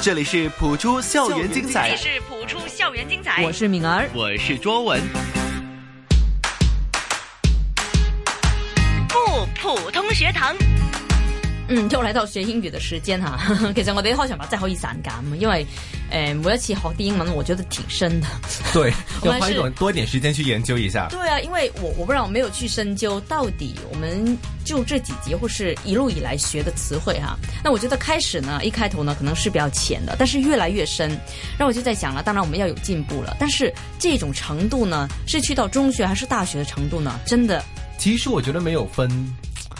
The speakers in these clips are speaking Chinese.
这里是普出校园精这里彩，是普出校园精彩，我是敏儿，我是卓文。不普通学堂。嗯，都嚟到學英語嘅時間嚇。啊 其實我哋開場白真係可以散減嘅，因為誒、呃每一次學啲英文，我覺得挺深的。对，我要们花一是种多一点时间去研究一下。对啊，因为我我不知道，我没有去深究到底我们就这几集或是一路以来学的词汇哈、那我觉得开始呢，一开头呢可能是比较浅的，但是越来越深，然后我就在想了，当然我们要有进步了，但是这种程度呢，是去到中学还是大学的程度呢？真的，其实我觉得没有分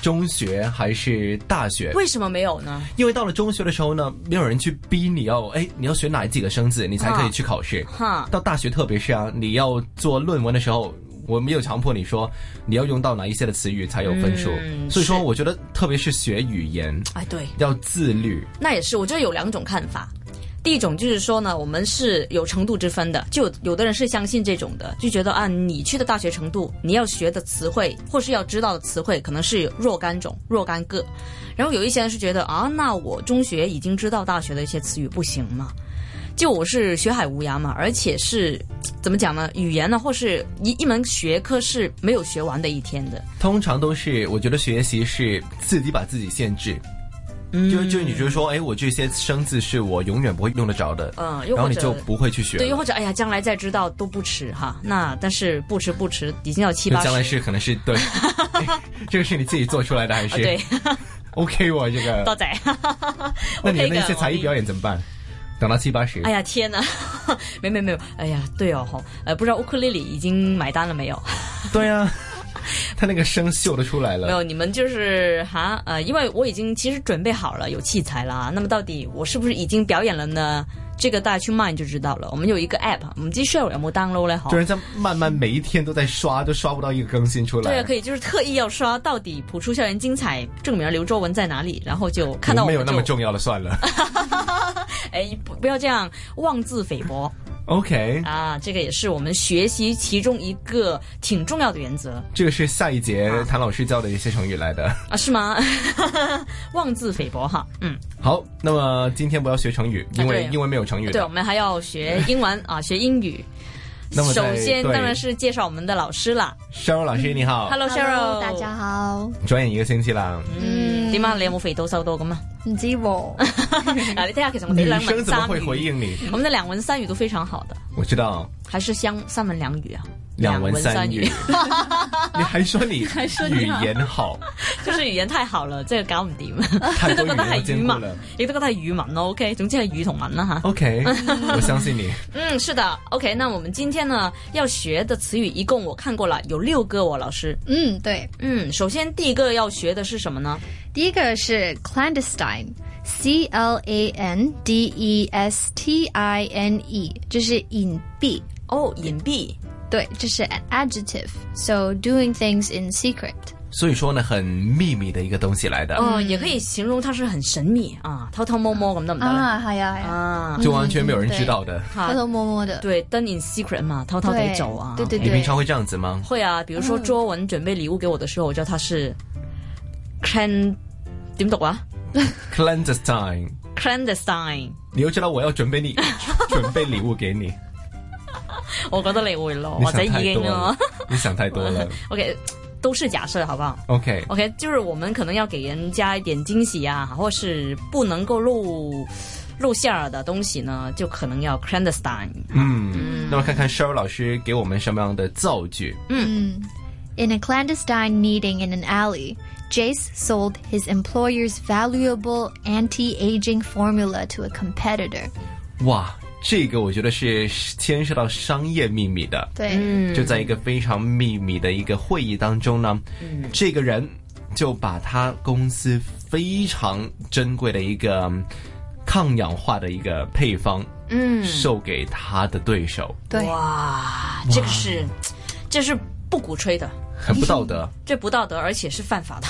中学还是大学，为什么没有呢？因为到了中学的时候呢，没有人去逼你要，哎，你要学哪几个生字，你才可以去考试。哈，到大学特别是啊，你要做论文的时候，我没有强迫你说你要用到哪一些的词语才有分数。嗯所以说，是我觉得特别是学语言哎，对，要自律。那也是，我觉得有两种看法。第一种就是说呢，我们是有程度之分的，就有有的人是相信这种的，就觉得啊，你去的大学程度，你要学的词汇或是要知道的词汇，可能是有若干种、若干个。然后有一些人是觉得啊，那我中学已经知道大学的一些词语，不行吗？就我是学海无涯嘛，而且是怎么讲呢？语言呢，或是一一门学科是没有学完的一天的。通常都是，我觉得学习是自己把自己限制，嗯就就你觉得说，哎，我这些生字是我永远不会用得着的，嗯，又然后或你就者不会去学了。对，又或者哎呀，将来再知道都不迟哈。那但是不迟不迟，已经要七就八十 将了。来是可能是 对，哎这个是你自己做出来的还啊是？对， ，OK 我这多个。仔。那你的 OK 的那些才艺表演怎么办？等到七八十哎，呀天哪， 没没没有，哎呀对哦吼，呃不知道乌克丽丽已经买单了没有？对 啊，他那个声秀的出来没了。有，你们就是哈呃，因为我已经其实准备好了，有器材啦。那么到底我是不是已经表演了呢？这个大家去慢就知道了。我们有一个 app，我们知 share 有没有 download 嘞？好就。是在慢慢每一天都在刷，都刷不到一个更新出来。对啊，可以就是特意要刷到底，谱出校园精彩，证明刘周文在哪里，然后就看到我没们有那么就重要的算 了。哎，不不要这样妄自菲薄 OK，啊！这个也是我们学习其中一个挺重要的原则这个是下一节谭老师教的一些成语来的。啊，是吗？ 妄自菲薄哈，嗯，好，那么今天不要学成语，因为啊对英文没有成语对，哦的我。们还要学英文 啊，学英语。那么首在先对当然是介绍我们的老师啦 Cheryl 老师你好，嗯，Hello Hello， Cheryl，大家好。转眼一个星期啦。嗯，點啊？你有冇肥到瘦到咁 啊？唔知喎，啊，你睇下，其實我女哋兩生文怎么三会回語，应你？我們的兩文三語都非常好的，我知道還是相三文兩語啊？两文三三 语，你还说你还说语你啊好言 好，就是語言太好了，真係搞唔掂。太多 都语覺得言係都兼語顾了文。，亦都覺得係語文咯。OK，總之係語同文啦吓。 OK，我相信你。嗯，是的。OK，那我们今天呢要学的词语一共我看过了，有六个哦，老师。嗯，对，嗯，首先第一个要学的是什么呢？第一个是 clandestine，C L A N D E S T I N E，这是隐蔽，哦，隐蔽。对，这是 an adjective，so doing things in secret。所以说呢，很秘密的一个东西来的，哦，也可以形容它是很神秘啊，偷偷摸摸咁得唔得咧？啊，系啊，系啊，啊，就完全没有人知道的。好偷，偷摸摸的，对，done in secret 嘛，偷偷地走啊。对对你对平对常，会这样子吗？会啊，比如说卓文准备礼物给我的时候，我知道他是 clan 点读啊 clandestine。 ？clandestine，你又知道我要准备 你准备礼物给你，我覺得你會咯，你或者想已太經多咯了。，你想太多了。 OK，都是假設，好不好？ OK， OK，就是我们可能要给人家一点惊喜啊，或是不能够露露馅儿的东西呢，就可能要 clandestine。嗯，那么看看 Cheryl 老师给我们什么样的造句。嗯，in a clandestine meeting in an alley。Jace sold his employer's valuable anti-aging formula to a competitor。哇，这个我觉得是牵涉到商业秘密的，对，嗯就在一个非常秘密的一个会议当中呢，嗯这个人就把他公司非常珍贵的一个嗯抗氧化的一个配方，嗯，售给他的对手，对，哇，这个是这是不鼓吹的，很不道德，这不道德，而且是犯法的。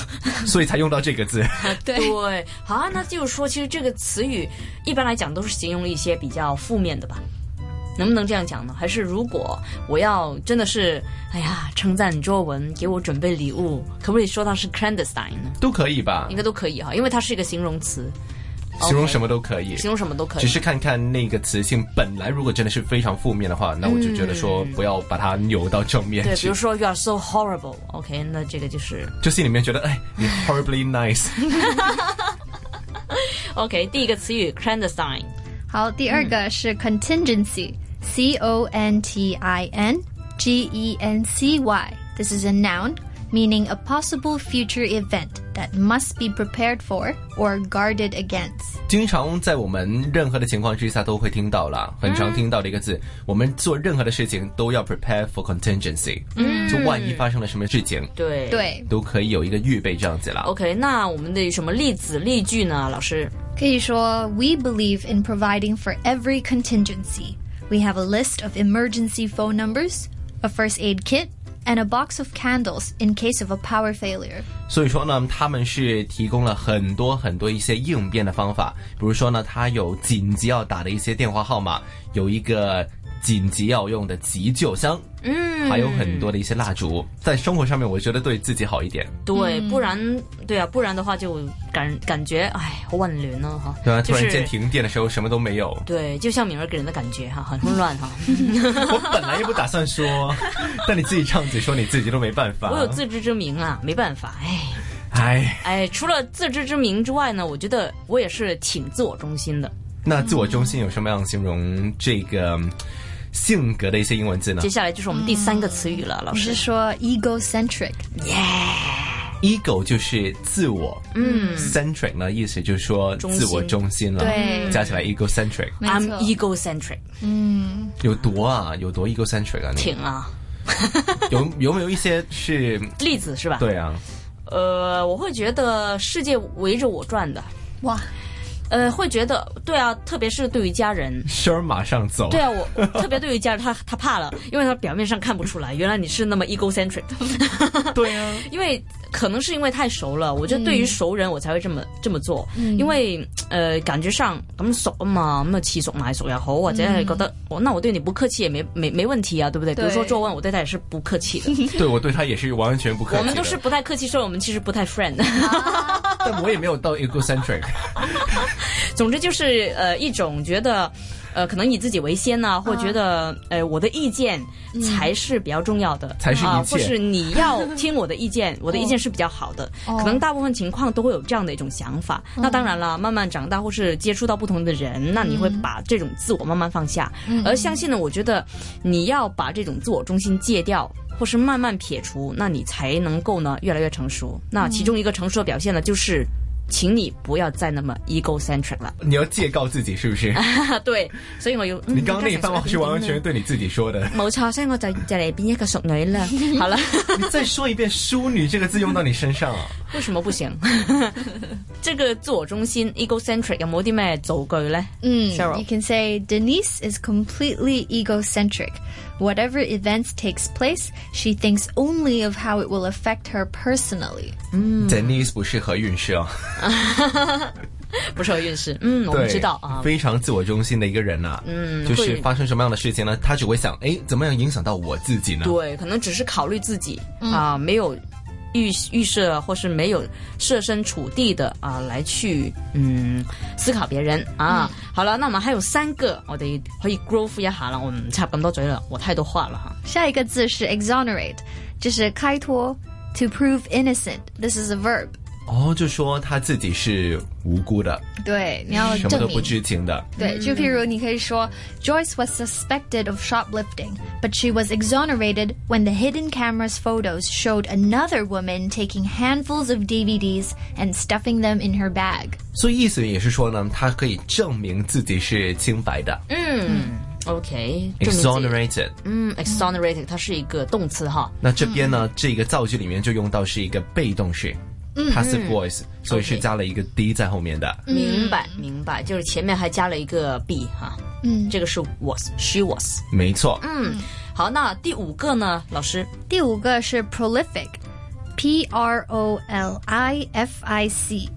所以才用到这个 字。对对，好啊，那就是说，其实这个词语一般来讲都是形容一些比较负面的吧。能不能这样讲呢？还是如果我要真的是，哎呀，称赞卓文给我准备礼物，可不可以说他是 clandestine 呢？都可以吧应？该都可以哈，因为它是一个形容词，形容什么都可以。形容什么都可以只。是看看那个词性本来，如果真的是非常负面的话，那我就觉得说不要把它扭到正面嗯对，比去如，说 you are so horrible，OK，、那这个就是就心里面觉得哎，你 horribly nice， OK。第一个词语 clandestine，好，第二个是 contingency, C O N T I N G E N C Y. This is a noun meaning a possible future event that must be prepared for or guarded against. 经常在我们任何的情况之下都会听到啦，很常听到的一个字。我们做任何的事情都要 prepare for contingency，嗯，就万一发生了什么事情，对。对，都可以有一个预备这样子啦。 OK，那我们的什么例子例句呢？老师，可以说, we believe in providing for every contingency. We have a list of emergency phone numbers, a first aid kit, and a box of candles in case of a power failure. 所以说呢，他们是提供了很多很多一些应变的方法，比如说呢，他有紧急要打的一些电话号码，有一个紧急要用的急救箱，嗯，还有很多的一些蜡烛。在生活上面，我觉得对自己好一点，对，不然对啊，不然的话就感感觉哎，好混乱呢哈。对吧？啊突就是然间停电的时候什么都 没有，对，就像敏儿给人的感觉哈，很混乱 哈。我本来也不打算 说，但你自己唱嘴说你自己都没办法我。有自知之明啊，没办法，哎哎，哎，除了自知之明之外呢，我觉得我也是挺自我中心的。那自我中心有什么样形容这个嗯性格的一些英文字呢接下来就是我们第三个词语了，老师。是说 egocentric. ？ego 就是自我，嗯，centric 呢意思就是说中心自我中心了，对加起来 egocentric 没错 I'm e- egocentric，有多啊？有多 egocentric 啊？你挺啊。有有没有一些是？例子是吧？。对啊，呃，我会觉得世界围着我转的，哇，呃，会觉得对啊，特别是对于家人，声儿马上走。对啊，我 我特别对于家人，他他怕了，因为他表面上看不出来，原来你是那么 egocentric。 对啊， 因为可能是因为太熟了，我觉得对于熟人我才会这么、这么做，因为呃感觉上咁熟啊嘛，咁啊次熟埋熟也好，或者係覺得我、那我對你不客氣也沒沒沒問題啊，嗯对不對？比對如说作文，我對他也是不客氣的，对我对他也是完完全不客气。我们都是，不太客氣，所以我们其实不太 friend。 但我也没有到 egocentric。总之就是呃一种觉得。呃，可能以自己为先呐、或者觉得、呃我的意见才是比较重要的，嗯才是一啊切或是你要听我的意见，我的意见是比较好的。可能大部分情况都会有这样的一种想法。那当然了，慢慢长大或是接触到不同的人，那你会把这种自我慢慢放下。而相信呢，我觉得你要把这种自我中心戒掉。或是慢慢撇除，那你才能够呢越来越成熟。那其中一个成熟的表现呢，就是，请你不要再那么 egocentric 了。你要戒告自己是不是？啊， 对，所以我要。嗯你刚刚那一番话是完完。點全點对你自己说的。嗯 冇錯，所以我就就嚟變一個淑女啦。好了，你再说一遍“淑女”这个字用到你身上啊？為什麼不行？ 這個自我中心 egocentric 有冇啲咩造句咧？ Mm, Cheryl. you can say Denise is completely egocentric. Whatever events takes place, she thinks only of how it will affect her personally. 嗯 Denise 不是何韵诗啊，不是我运势，嗯，我对，们知道啊。非常自我中心的一个人呐、嗯，就是会发生什么样的事情呢？他只会想，哎，怎么样影响到我自己呢？对，可能只是考虑自己啊，没有预预设或是没有设身处地的啊来去嗯思考别人啊。好了，那我们还有三個，我哋可以 growth 一下啦。我唔插咁多嘴啦，我太多話啦吓。下一个字是 exonerate，就是开脱。To prove innocent, this is a verb. 哦，就说他自己是无辜的，对，你要什么都不证明。知情的。对，就譬如你可以说 Joyce was suspected of shoplifting, but she was exonerated when the hidden camera's photos showed another woman taking handfuls of DVDs and stuffing them in her bag. 所以意思也是说呢，他可以证明自己是清白的 OK，证明自己，exonerated。嗯，exonerated 它是一个动词哈，那这边呢，这个造句里面就用到是一个被动式。passive 嗯 voice，、所以是 OK 加了一个 d 在后面的。明白明白，就是前面还加了一个 be 哈，嗯，这个是 was，she was。没错，好，那第五个呢，老师第五个是 prolific, P R O L I F I C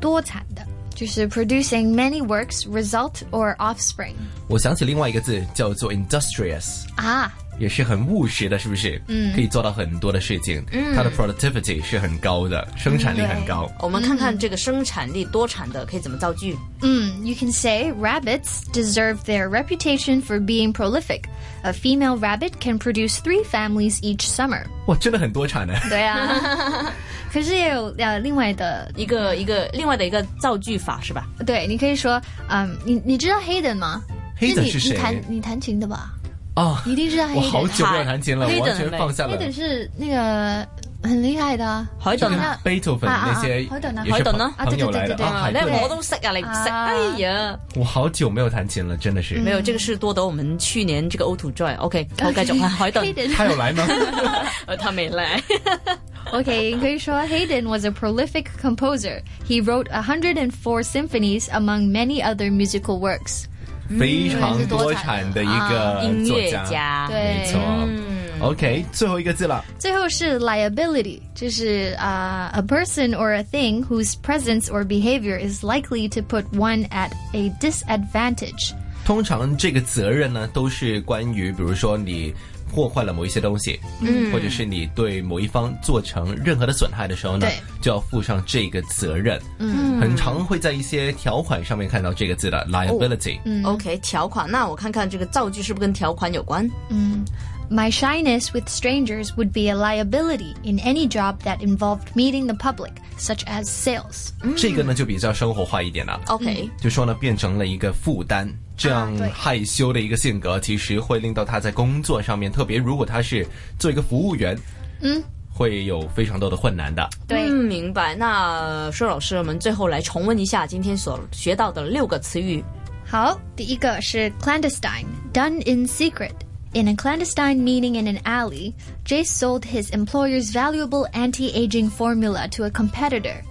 就是多产的，就是 producing many works, result or offspring. 我想起另外一个字叫做 industrious， Ah, 也是很务实的，是不是？嗯，可以做到很多的事情。嗯，它的 productivity 是很高的，生产力很高。嗯我们看看这个生产力多产的可以怎么造句。 Mm, you can say rabbits deserve their reputation for being prolific. A female rabbit can produce three families each summer. 哇，真的很多产呢。对啊，可是也有呃另外的一个一个另外的一个造句法是吧？对， 你可以说，嗯，你你知道 Hayden 吗 Hayden 就是你是谁你弹你弹琴的吧？啊，哦你一定知道我好 Hayden。久没有弹琴了， Hayden 我完全放下了。 Hayden 是那个很厉害的啊，海頓啊贝多芬啊啊那些海頓啊也是海頓啊朋朋友来的啊对对对对啊，海那顿。我都识啊，你嗯唔识？啊哎呀，我好久没有弹琴了，真的是嗯没。有，这个是多得我们去年这个 O to Joy。OK，好，继续啊，海 頓， Hayden 他有来吗？嗯呃，他没来。 Okay, in Kershaw, Hayden was a prolific composer. He wrote 104 symphonies among many other musical works. 非常嗯是多多产产的的一个啊音作乐家对没错。OK，最后一个字了。最后是 liability, 就是, uh, a person or a thing whose presence or behavior is likely to put one at a disadvantage. 通常这个责任呢，都是关于比如说你破坏了某一些东西，嗯，或者是你对某一方做成任何的损害的时候呢对，就要负上这个责任。嗯，很常会在一些条款上面看到这个字的哦 liability。嗯 OK，条款，那我看看这个造句是不是跟条款有关？ My shyness with strangers would be a liability in any job that involved meeting the public, such as sales. 这个呢就比较生活化一点了。 OK，嗯就说呢，变成了一个负担。这样哦啊对害羞的一个性格，其实会令到他在工作上面，特别如果他是做一个服务员，嗯，会有非常多的困难的。嗯，明白。那舒老师，我们最后来重温一下今天所学到的六个词语。好，第一个是 clandestine, done in secret. In a clandestine meeting in an alley, Jace sold his employer's valuable anti-aging formula to a competitor.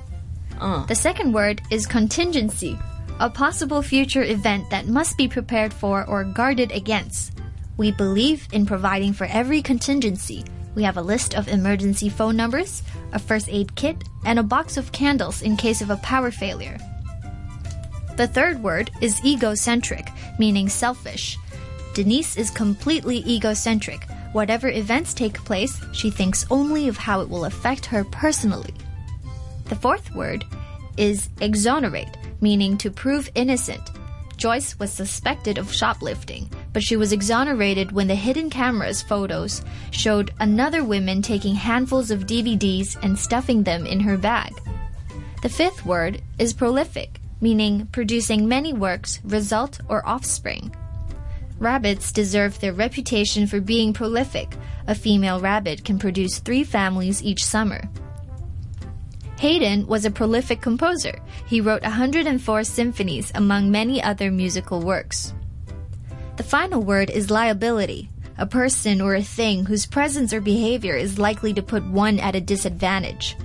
嗯 The second word is contingency, a possible future event that must be prepared for or guarded against. We believe in providing for every contingency. We have a list of emergency phone numbers, a first aid kit, and a box of candles in case of a power failure. The third word is egocentric, meaning selfish. Denise is completely egocentric. Whatever events take place, she thinks only of how it will affect her personally. The fourth word is exonerate, meaning to prove innocent. Joyce was suspected of shoplifting, but she was exonerated when the hidden camera's photos showed another woman taking handfuls of DVDs and stuffing them in her bag. The fifth word is prolific, meaning producing many works, result, or offspring. Rabbits deserve their reputation for being prolific. A female rabbit can produce three families each summer. Haydn was a prolific composer. He wrote 104 symphonies, among many other musical works. The final word is liability, a person or a thing whose presence or behavior is likely to put one at a disadvantage.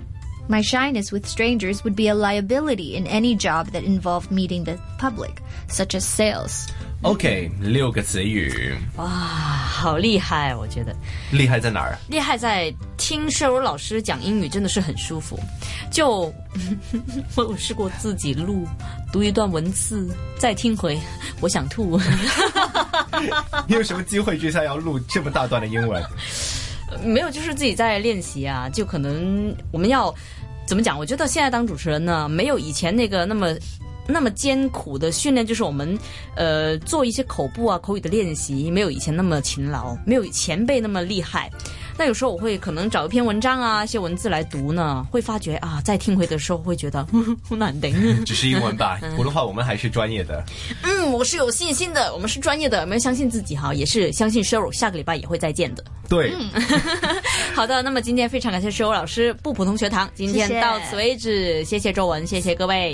My shyness with strangers would be a liability in any job that involved meeting the public, such as sales. OK，六个词语，好厉害，我觉得厉害在哪儿？厉害在听 s h e r y 老师讲英语真的是很舒服。就 我有试过自己录读一段文字，再听回，我想吐。 你有什么机会之下要录这么大段的英文？没有，就是自己在练习啊，就可能我们要怎么讲？我觉得现在当主持人呢，没有以前那个那么。那么艰苦的训练，就是我们，呃，做一些口部啊、口语的练习，没有以前那么勤劳，没有前辈那么厉害。那有时候我会可能找一篇文章啊，一些文字来读呢，会发觉啊，在听回的时候会觉得，嗯，好难顶。只是英文吧，普通话我们还是专业的。 嗯，我是有信心的，我们是专业的，我们要相信自己哈，也是相信 Sheryl 下个礼拜也会再见的。对， 好的，那么今天非常感谢石欧老师，不普通学堂，今天谢谢到此为止，谢谢周文，谢谢各位。